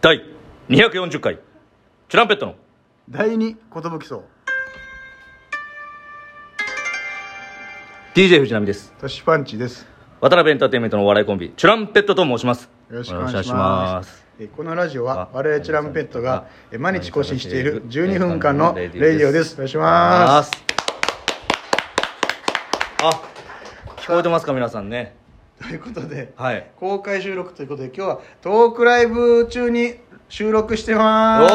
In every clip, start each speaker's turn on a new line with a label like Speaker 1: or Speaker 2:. Speaker 1: 第240回チュランペットの
Speaker 2: 第二寿そう
Speaker 1: DJ 藤波です
Speaker 2: トシパンチです
Speaker 1: 渡辺エンターテインメントのお笑いコンビチュランペットと申します
Speaker 2: よろしくお願いしますえーこのラジオは
Speaker 1: あ
Speaker 2: 我々チランペットがえー毎日更新してい
Speaker 1: 毎日更
Speaker 2: る
Speaker 1: 新してい
Speaker 2: 12
Speaker 1: る
Speaker 2: 分間のレ
Speaker 1: レデ
Speaker 2: デ
Speaker 1: ィオです
Speaker 2: ィオですお願いします
Speaker 1: あ聞こえてますか皆さんね
Speaker 2: ということで
Speaker 1: はい
Speaker 2: 公開収録ということで今日はトークライブ中に収録して
Speaker 1: お
Speaker 2: ま
Speaker 1: お
Speaker 2: す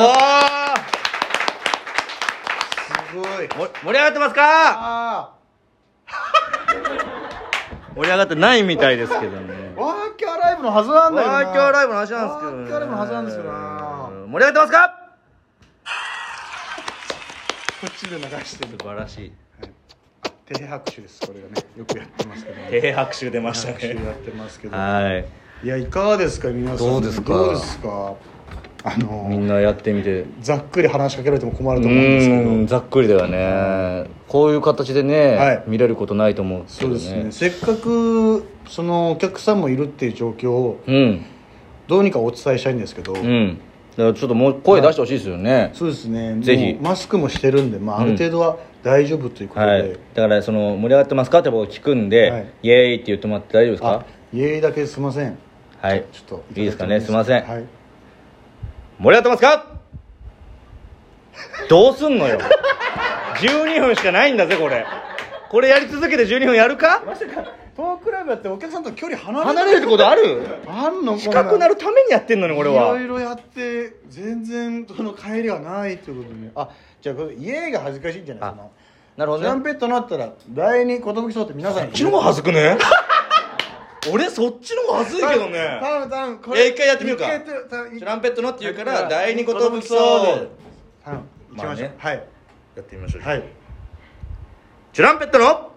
Speaker 2: すごい
Speaker 1: 盛り上がってますか
Speaker 2: あ
Speaker 1: 盛り上がってないみたいですけどね
Speaker 2: ーワーキャーライブのはずなんだよな
Speaker 1: ワーキャーライブの話なんですけどね
Speaker 2: ワーキャーライブのはずなんですよな
Speaker 1: 盛り上がってますか
Speaker 2: こっちで流してる
Speaker 1: 素晴らしい
Speaker 2: 手拍手ですこれがねよくやってますけどね
Speaker 1: 低拍手出ました
Speaker 2: 拍手
Speaker 1: ね
Speaker 2: やってま すけど
Speaker 1: はい
Speaker 2: いやいかがですか皆さん
Speaker 1: どうですか
Speaker 2: どうですかあの
Speaker 1: みんなやってみて
Speaker 2: ざっくり話しかけられても困ると思うんですけど
Speaker 1: うんざっくりではねこういう形でね、
Speaker 2: はい
Speaker 1: 見れることないと思うんですけ
Speaker 2: そ
Speaker 1: ど
Speaker 2: う
Speaker 1: ね
Speaker 2: ですねせっかくそのお客さんもいるっていう状況を
Speaker 1: うん
Speaker 2: どうにかお伝えしたいんですけど、
Speaker 1: うんだからちょっともう声出してほしいですよね、
Speaker 2: そうですね
Speaker 1: ぜひ
Speaker 2: もうマスクもしてるんで、まあ、ある程度は大丈夫ということで、
Speaker 1: はいだからその盛り上がってますかって僕聞くんで、
Speaker 2: はい
Speaker 1: イエーイって言ってもらって大丈夫です
Speaker 2: あ
Speaker 1: か
Speaker 2: イエーイだけすいません
Speaker 1: はい
Speaker 2: ちょっと
Speaker 1: いいですかねすいません、
Speaker 2: はい、
Speaker 1: 盛り上がってますかどうすん のよ12分しかないんだぜこれこれやり続けて12分やるか
Speaker 2: まさかトークライブやってお客さんと距離離れ
Speaker 1: 離れるってことある
Speaker 2: あんの
Speaker 1: 近くなるためにやってんのに
Speaker 2: い
Speaker 1: 俺
Speaker 2: ろい
Speaker 1: は
Speaker 2: ろやって全然その帰りがないということでねあじゃあこれ家が恥ずかしいんじゃない
Speaker 1: あ
Speaker 2: その
Speaker 1: なるほ
Speaker 2: トラ
Speaker 1: ど
Speaker 2: ン
Speaker 1: ね
Speaker 2: ペットなったら第二寿そうって皆さん
Speaker 1: そっちの方が恥ずくね俺そっちの方が恥ずいけどね
Speaker 2: 多分多分こ
Speaker 1: え一回やってみようかトランペットのって言うから第二寿そうで
Speaker 2: 多分行き
Speaker 1: まあ
Speaker 2: ましょう
Speaker 1: ね
Speaker 2: はい
Speaker 1: やってみましょう
Speaker 2: はい
Speaker 1: チュランペットの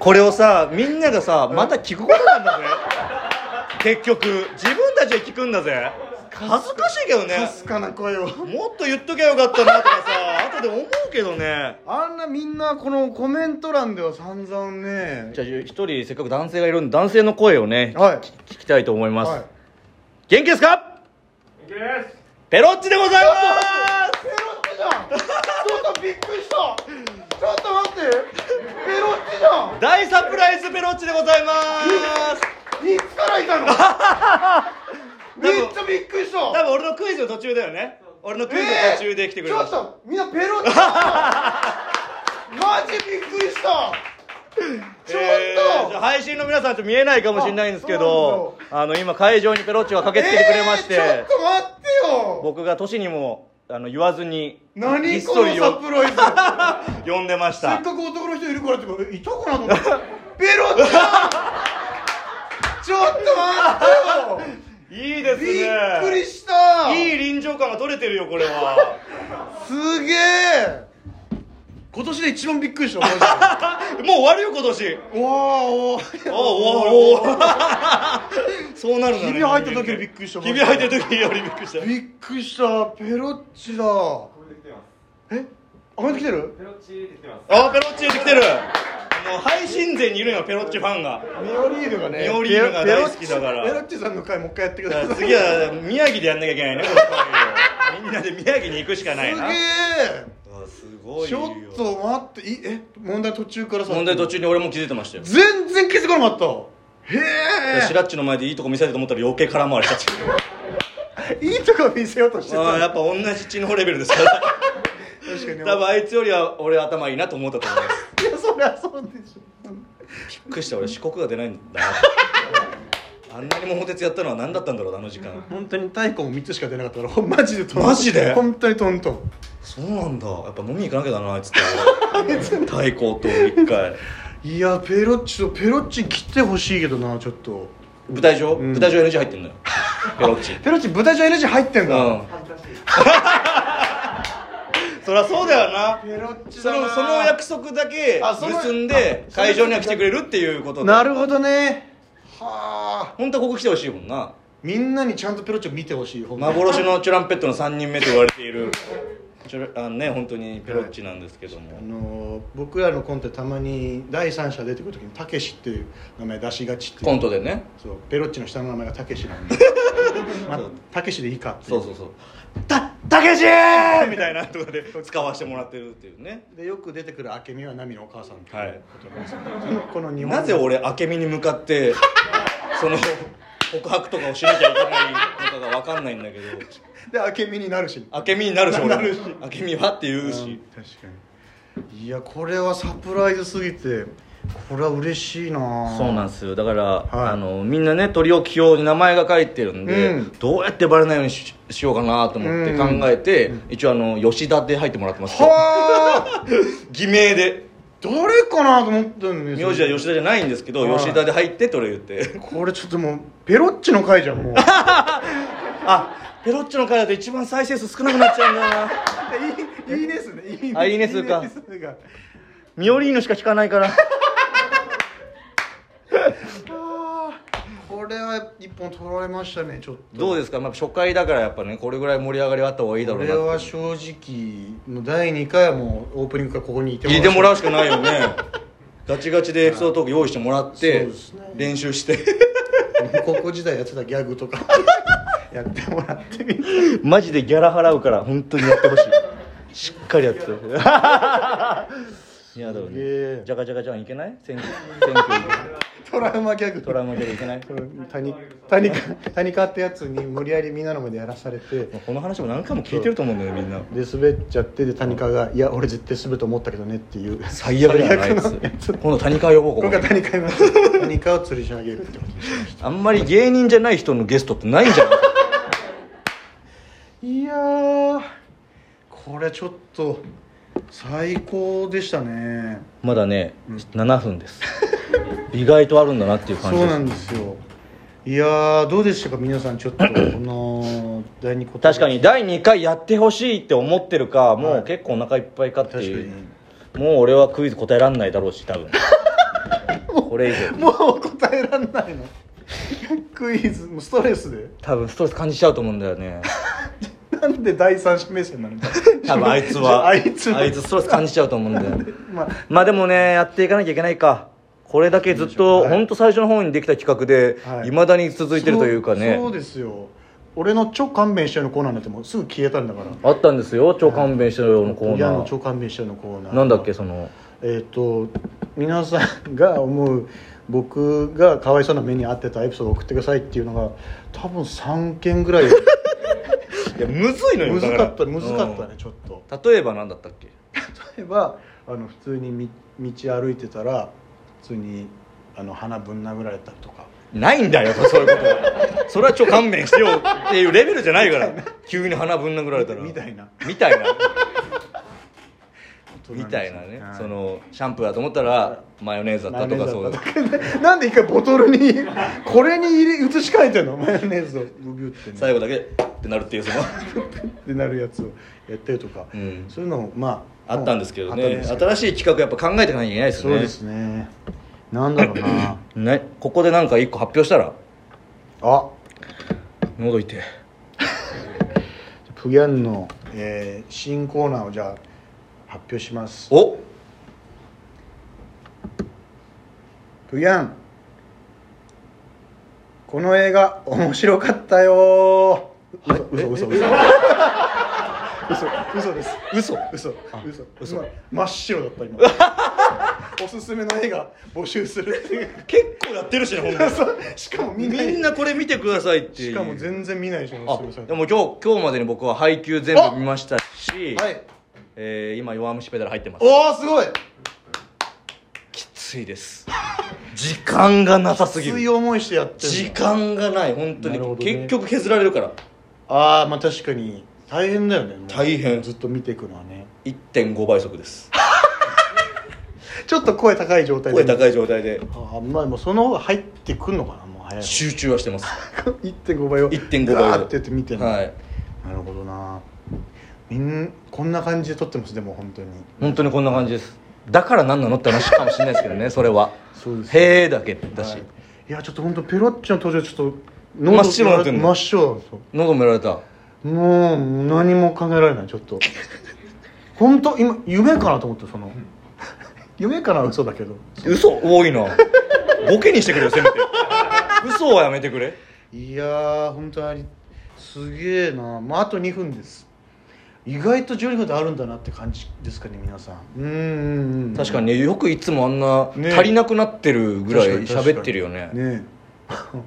Speaker 1: これをさみんながさまた聞くことなんだぜ結局自分たちで聞くんだぜ恥ずかしいけどね
Speaker 2: かすかな声を
Speaker 1: もっと言っときゃよかったなとかさ後で思うけどね
Speaker 2: あんなみんなこのコメント欄では散々ね
Speaker 1: じゃあ一人せっかく男性がいるんで男性の声をね
Speaker 2: はい
Speaker 1: 聞きたいと思います、
Speaker 2: はい
Speaker 1: 元気ですか
Speaker 3: いきます
Speaker 1: ペロッチでございます
Speaker 2: ペロッチじゃんちょっとびっくりしたちょっと待ってペロッチじゃん
Speaker 1: 大サプライズペロッチでございます
Speaker 2: いつからいたの めっちゃびっくりした
Speaker 1: 多分俺のクイズの途中だよね俺のクイズの途中で来てくれまし
Speaker 2: え
Speaker 1: た、
Speaker 2: ーちょっとみんなペロッて マジびっくりしたちょっと、
Speaker 1: えーじゃあ配信の皆さんちょっと見えないかもしれないんですけど
Speaker 2: あ
Speaker 1: あの今会場にペロッチが駆けつけてくれまして、
Speaker 2: えーちょっと待ってよ
Speaker 1: 僕が年にもあの言わずにひっ
Speaker 2: 何こ
Speaker 1: そ
Speaker 2: の
Speaker 1: り
Speaker 2: サ
Speaker 1: よ
Speaker 2: プ ライズ
Speaker 1: 呼んでまし
Speaker 2: せったかく男の人いるからってことえいたかなと思ってペロッちゃんちょっと待
Speaker 1: いい です
Speaker 2: って
Speaker 1: ね
Speaker 2: よびっくりした
Speaker 1: いい臨場感が取れてるよこれは
Speaker 2: すげえ今年で一番びっくりしたマジで
Speaker 1: もう終わるよ今年
Speaker 2: おーおー
Speaker 1: おおおそうなるんだね
Speaker 2: ひび入った時よりびっくりした
Speaker 1: ひび入った時よりびっくりした
Speaker 2: びっくりしたペロッチだあ
Speaker 3: これできてます
Speaker 2: まで来てる
Speaker 3: ペロッチーできてます
Speaker 1: あペロッチ出てきてるもう配信勢にいるよペロッチファンが
Speaker 2: ミオリーヌが
Speaker 1: ミ
Speaker 2: ね
Speaker 1: オリーヌが大好きだから
Speaker 2: ペロッチさんの回もう一回やってく
Speaker 1: だか
Speaker 2: だ
Speaker 1: ら
Speaker 2: さい
Speaker 1: 次は宮城でやんなきゃいけないねこの会をみんなで宮城に行くしかないな
Speaker 2: す
Speaker 1: あすご
Speaker 2: げえちょっと待っていえ問題途中からさ
Speaker 1: 問題途中に俺も気づいてましたよ
Speaker 2: 全然気づかなかったへ
Speaker 1: シラッチの前でいいとこ見せると思ったら余計空回りし たっち
Speaker 2: えいいとこ見せようとしてた
Speaker 1: あーやっぱ同じ知能レベルですから
Speaker 2: 確かに
Speaker 1: 多分あいつよりは俺頭いいなと思ったと思います
Speaker 2: いやそりゃそうでしょ
Speaker 1: びっくりした俺四国が出ないんだなあんなに桃鉄やったのは何だったんだろうあの時間
Speaker 2: 本当に太鼓も3つしか出なかったからほんマジでトントン
Speaker 1: マジで
Speaker 2: 本当にトントン
Speaker 1: そうなんだやっぱ飲みに行かなきゃだなあいつって太鼓と一回
Speaker 2: いやペロッチとペロッチ来てほしいけどなちょっと
Speaker 1: 舞台上、
Speaker 2: ん
Speaker 1: 舞台上 NG 入ってんのよペロッチ
Speaker 2: ペロッチ豚じゃ NG 入ってんだ、
Speaker 1: うん そりゃそうだよな
Speaker 2: ペロッチ
Speaker 1: そ
Speaker 2: だ
Speaker 1: の
Speaker 2: な
Speaker 1: その約束だけ
Speaker 2: あその
Speaker 1: 結んで
Speaker 2: あその
Speaker 1: 会場には来てくれるっていうことで
Speaker 2: なるほどねはあ
Speaker 1: 本当はここ来てほしいもんな
Speaker 2: みんなにちゃんとペロッチを見てほしいほんま
Speaker 1: 幻のチュランペットの3人目と言われているちょろあのね本当にペロッチなんですけども、
Speaker 2: あのー僕らのコントたまに第三者出てくる時にたけしっていう名前出しがちっていう
Speaker 1: コントでね
Speaker 2: そうペロッチの下の名前がたけし なんでまあたけしでいいかってい
Speaker 1: そうそうそう「たたけしー!」 みたいなとかで使わせてもらってるっていうね
Speaker 2: でよく出てくる明美は奈美のお母さんって
Speaker 1: は
Speaker 2: いう
Speaker 1: い
Speaker 2: 言葉ですね、そのこの日本
Speaker 1: なぜ俺明美に向かってその告白とかをしなきゃいけないのかが分かんないんだけど
Speaker 2: で明美になるし
Speaker 1: 明美になるし俺
Speaker 2: なるし
Speaker 1: も明美はって言うし
Speaker 2: 確かにいやこれはサプライズすぎてこれは嬉しいな
Speaker 1: そうなんんですよだから、
Speaker 2: い
Speaker 1: あのみんなね鳥を起用に名前が書いてるんで、
Speaker 2: うん
Speaker 1: どうやってバレないようにししようかなと思って考えて、一応あの吉田で入ってもらってます
Speaker 2: はあ
Speaker 1: 偽名で
Speaker 2: 誰かなと思ったんです
Speaker 1: 名字は吉田じゃないんですけど、
Speaker 2: はい
Speaker 1: 吉田で入ってと俺言って
Speaker 2: これちょっともうペロッチの回じゃん もう
Speaker 1: あペロッチの回だと一番再生数少なくなっちゃうんだよない
Speaker 2: いいいね数ねいい
Speaker 1: あいいね数か
Speaker 2: いい数が
Speaker 1: ミオリーヌしか聞かないから
Speaker 2: あーこれは一本取られましたねちょっと
Speaker 1: どうですか、まあ、初回だからやっぱねこれぐらい盛り上がりはあった方がいいだろ
Speaker 2: こ
Speaker 1: う
Speaker 2: れ
Speaker 1: な
Speaker 2: は正直もう第2回はもうオープニングからここにいてもら
Speaker 1: 聞いてもらうしかないよねガチガチでエピソードトーク用意してもらって、
Speaker 2: そうですね
Speaker 1: 練習して
Speaker 2: 高校時代やってたギャグとかやってもらってみて
Speaker 1: マジでギャラ払うから本当にやってほしいしっかりや ってほしいいやだろう
Speaker 2: すげえ
Speaker 1: ねじゃかじゃかじゃんいけない選挙選挙
Speaker 2: トラウマギャグ
Speaker 1: トラウマギャグい けない
Speaker 2: 谷谷川谷川ってやつに無理やりみんなの前でやらされて
Speaker 1: この話も何回も聞いてると思うんだよねみんな
Speaker 2: で滑っちゃってで谷川が「いや俺絶対滑ると思ったけどね」っていう
Speaker 1: 最悪だよあい
Speaker 2: 最悪のや
Speaker 1: つ
Speaker 2: つ
Speaker 1: 今度谷川呼ぼうここ
Speaker 2: 今回谷川います谷川を吊り上げるってことです
Speaker 1: あんまり芸人じゃない人のゲストってないんじゃん
Speaker 2: いやーこれちょっと最高でしたね
Speaker 1: まだね7分です意外とあるんだなっていう感じ
Speaker 2: そう
Speaker 1: で
Speaker 2: な
Speaker 1: す
Speaker 2: んですよいやーどうでしたか皆さんちょっとこの第二言
Speaker 1: 確かに第2回やってほしいって思ってるかもう結構お腹いっぱいかっていう
Speaker 2: 確
Speaker 1: もう俺はクイズ答えらんないだろうし 多分これ以上
Speaker 2: もう答えらんないの クイズもうストレスで
Speaker 1: 多分ストレス感じちゃうと思うんだよ ね
Speaker 2: なんで第三者目線なのか
Speaker 1: 多分あいつは
Speaker 2: あいつは
Speaker 1: あいつストレス感じちゃうと思うんだよ
Speaker 2: まあ
Speaker 1: まあでもねやっていかなきゃいけないかこれだけずっと
Speaker 2: はい
Speaker 1: 本当最初の方にできた企画で
Speaker 2: はい
Speaker 1: いまだに続いてるというかね
Speaker 2: そうそうですよ俺の超勘弁してるのコーナーなんてもうすぐ消えたんだから
Speaker 1: あったんですよ超勘弁してるようなコー
Speaker 2: いや
Speaker 1: ナ
Speaker 2: の超
Speaker 1: ー
Speaker 2: 勘弁してるのコーナー
Speaker 1: なんだっけその
Speaker 2: えっ、と皆さんが思う僕がかわいそうな目に遭ってたエピソードを送ってくださいっていうのが多分3件ぐらい
Speaker 1: いやむずい
Speaker 2: 難
Speaker 1: だ
Speaker 2: かった
Speaker 1: ら
Speaker 2: 難かったね
Speaker 1: う
Speaker 2: ちょっと
Speaker 1: ん例えばなんだったっけ
Speaker 2: 例えばあの普通にみ道歩いてたら普通にあの鼻ぶん殴られたとか
Speaker 1: ないんだよそういうことは それは超勘弁してよっていうレベルじゃないから急に鼻ぶん殴られたら
Speaker 2: みたいな
Speaker 1: みたいなみたいなね
Speaker 2: は
Speaker 1: そのシャンプーだと思ったらマヨネーズだったとかそうだ
Speaker 2: なんで一回ボトルにこれに入れ移し替えてんの マヨネーズをブビュってね
Speaker 1: 最後だけってなるっていうその
Speaker 2: ってなるやつをやってるとか、
Speaker 1: うん
Speaker 2: そういうのもまあ
Speaker 1: あったんですけど
Speaker 2: あっ
Speaker 1: ね
Speaker 2: たんですけど
Speaker 1: 新しい企画やっぱ考えていかなきゃいけないです
Speaker 2: そう
Speaker 1: ね
Speaker 2: ですねなんだろうな
Speaker 1: ねここでなんか一個発表したら
Speaker 2: あ
Speaker 1: 喉痛い
Speaker 2: プギャンの、えー新コーナーをじゃあ発表します
Speaker 1: お
Speaker 2: プギャンこの映画面白かったよー嘘嘘嘘嘘嘘嘘です
Speaker 1: 嘘
Speaker 2: 嘘
Speaker 1: あ
Speaker 2: 嘘
Speaker 1: 嘘
Speaker 2: 今真っ白だった今 おすすめの映画募集するっていう
Speaker 1: 結構やってるしねほんと
Speaker 2: そうしかもみんな
Speaker 1: みんなこれ見てくださいっていう
Speaker 2: しかも全然見ないでしょ
Speaker 1: あ
Speaker 2: おすすめさ
Speaker 1: で
Speaker 2: れ
Speaker 1: も今日今日までに僕は配給全部見ましたし、
Speaker 2: てはい
Speaker 1: えー今弱虫ペダル入ってます
Speaker 2: おおすごい
Speaker 1: きついです時間がなさすぎ
Speaker 2: 熱い
Speaker 1: る
Speaker 2: 思いしてやって
Speaker 1: 時
Speaker 2: る
Speaker 1: 間がない本当に、
Speaker 2: なるほどね
Speaker 1: 結局削られるから
Speaker 2: ああまあ確かに大変だよねもう
Speaker 1: 大変
Speaker 2: ずっと見ていくのはね
Speaker 1: 1.5倍速です
Speaker 2: ちょっと声高い状態
Speaker 1: 声高
Speaker 2: い
Speaker 1: い状態で
Speaker 2: ああまあもうその方が入ってくんのかなもう早い
Speaker 1: 集中はしてます
Speaker 2: 1.5倍を
Speaker 1: 1.5倍
Speaker 2: ガーってやって見てるの
Speaker 1: はい
Speaker 2: なるほどなみんこんな感じで撮ってますでも本当に
Speaker 1: 本当にこんな感じですだから何なのって話かもしれないですけどねそれは
Speaker 2: そうです
Speaker 1: へえだけだし、
Speaker 2: はい、いやちょっと本当ペロッチの途中ちょっと喉
Speaker 1: 真っ白になってんの
Speaker 2: 真っ白なんですよ
Speaker 1: 喉もやられた
Speaker 2: もう何も考えられないちょっと本当今夢かなと思ってその 夢かなは嘘だけど
Speaker 1: 嘘多いなボケにしてくれよせめて嘘はやめてくれ
Speaker 2: いやー本当にすげえなまああと2分です意外と12分ってあるんだなって感じですかね皆さんうーん
Speaker 1: 確かにねよくいつもあんな
Speaker 2: ね
Speaker 1: 足りなくなってるぐらい喋ってるよね
Speaker 2: ねえ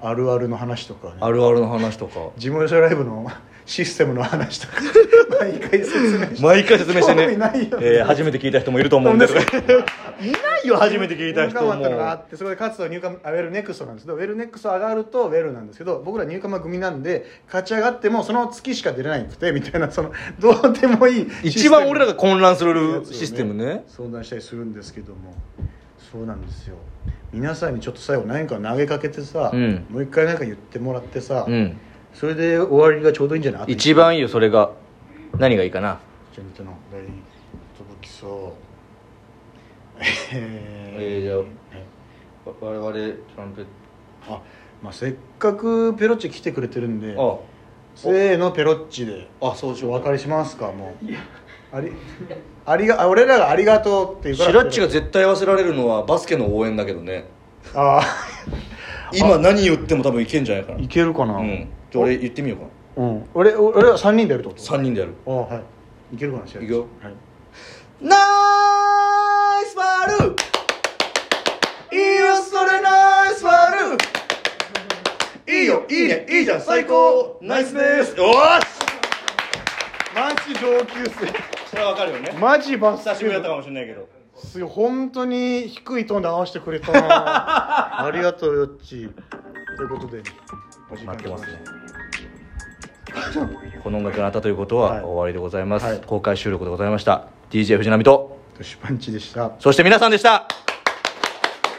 Speaker 2: あるあるの話とかね
Speaker 1: あるあるの話とか
Speaker 2: 事務所ライブのシステムの話とか 毎回説明して
Speaker 1: 毎回説明してね
Speaker 2: 興味ないよね
Speaker 1: えー初めて聞いた人もいると思うんです いないよ初めて聞いた人
Speaker 2: 入
Speaker 1: も
Speaker 2: 管終わったのがあってそこで勝つと入管あウェルネクストなんですけどウェルネクスト上がるとウェルなんですけど僕ら入管組なんで勝ち上がってもその月しか出れないくてみたいなそのどうでもいい
Speaker 1: 一番俺ら
Speaker 2: が
Speaker 1: が混乱するシステムね
Speaker 2: 相談したりするんですけどもそうなんですよ皆さんにちょっと最後何か投げかけてさ、
Speaker 1: うん
Speaker 2: もう一回何か言ってもらってさ、
Speaker 1: うん
Speaker 2: それで終わりがちょうどいいんじゃない
Speaker 1: 一番いいよそれが何がいいかな
Speaker 2: じゃあ見ての大届きそう
Speaker 1: えーじゃあ
Speaker 2: は
Speaker 1: 我
Speaker 2: い
Speaker 1: 々トランペッ
Speaker 2: あ、まあ、せっかくペロッチ来てくれてるんで
Speaker 1: ト
Speaker 2: せーのペロッチで
Speaker 1: ああそう
Speaker 2: お別れしますかもうありありがあ俺らが「ありがとう」っていうか
Speaker 1: シ
Speaker 2: ら
Speaker 1: ラッチが絶対忘れられるのはバスケの応援だけどね
Speaker 2: あ
Speaker 1: 今何言っても多分いけんじゃないかな
Speaker 2: あ いけるかな
Speaker 1: うんじゃあ俺言ってみようかな
Speaker 2: うん俺俺は3人でやるってこと
Speaker 1: 3人でやる
Speaker 2: あはいいけるかな試合
Speaker 1: いくよ
Speaker 2: はい
Speaker 1: ナイスバールいいよそれナイスバールいいよいいねいいじゃん最高ナイスですよーし
Speaker 2: マジ同級生
Speaker 1: それはわかるよね
Speaker 2: マジバスケ
Speaker 1: 久しぶりだったかもしれないけど
Speaker 2: すごい本当に低いトーンで合わせてくれ たなありがとうよっちということでお時間
Speaker 1: 待ってます
Speaker 2: 来
Speaker 1: ね
Speaker 2: まし
Speaker 1: この音楽が鳴ったということ
Speaker 2: はい
Speaker 1: は終わりでございます、
Speaker 2: はい
Speaker 1: 公開収録でございました DJ 藤波と
Speaker 2: たトシパンチでした
Speaker 1: そして皆さんでした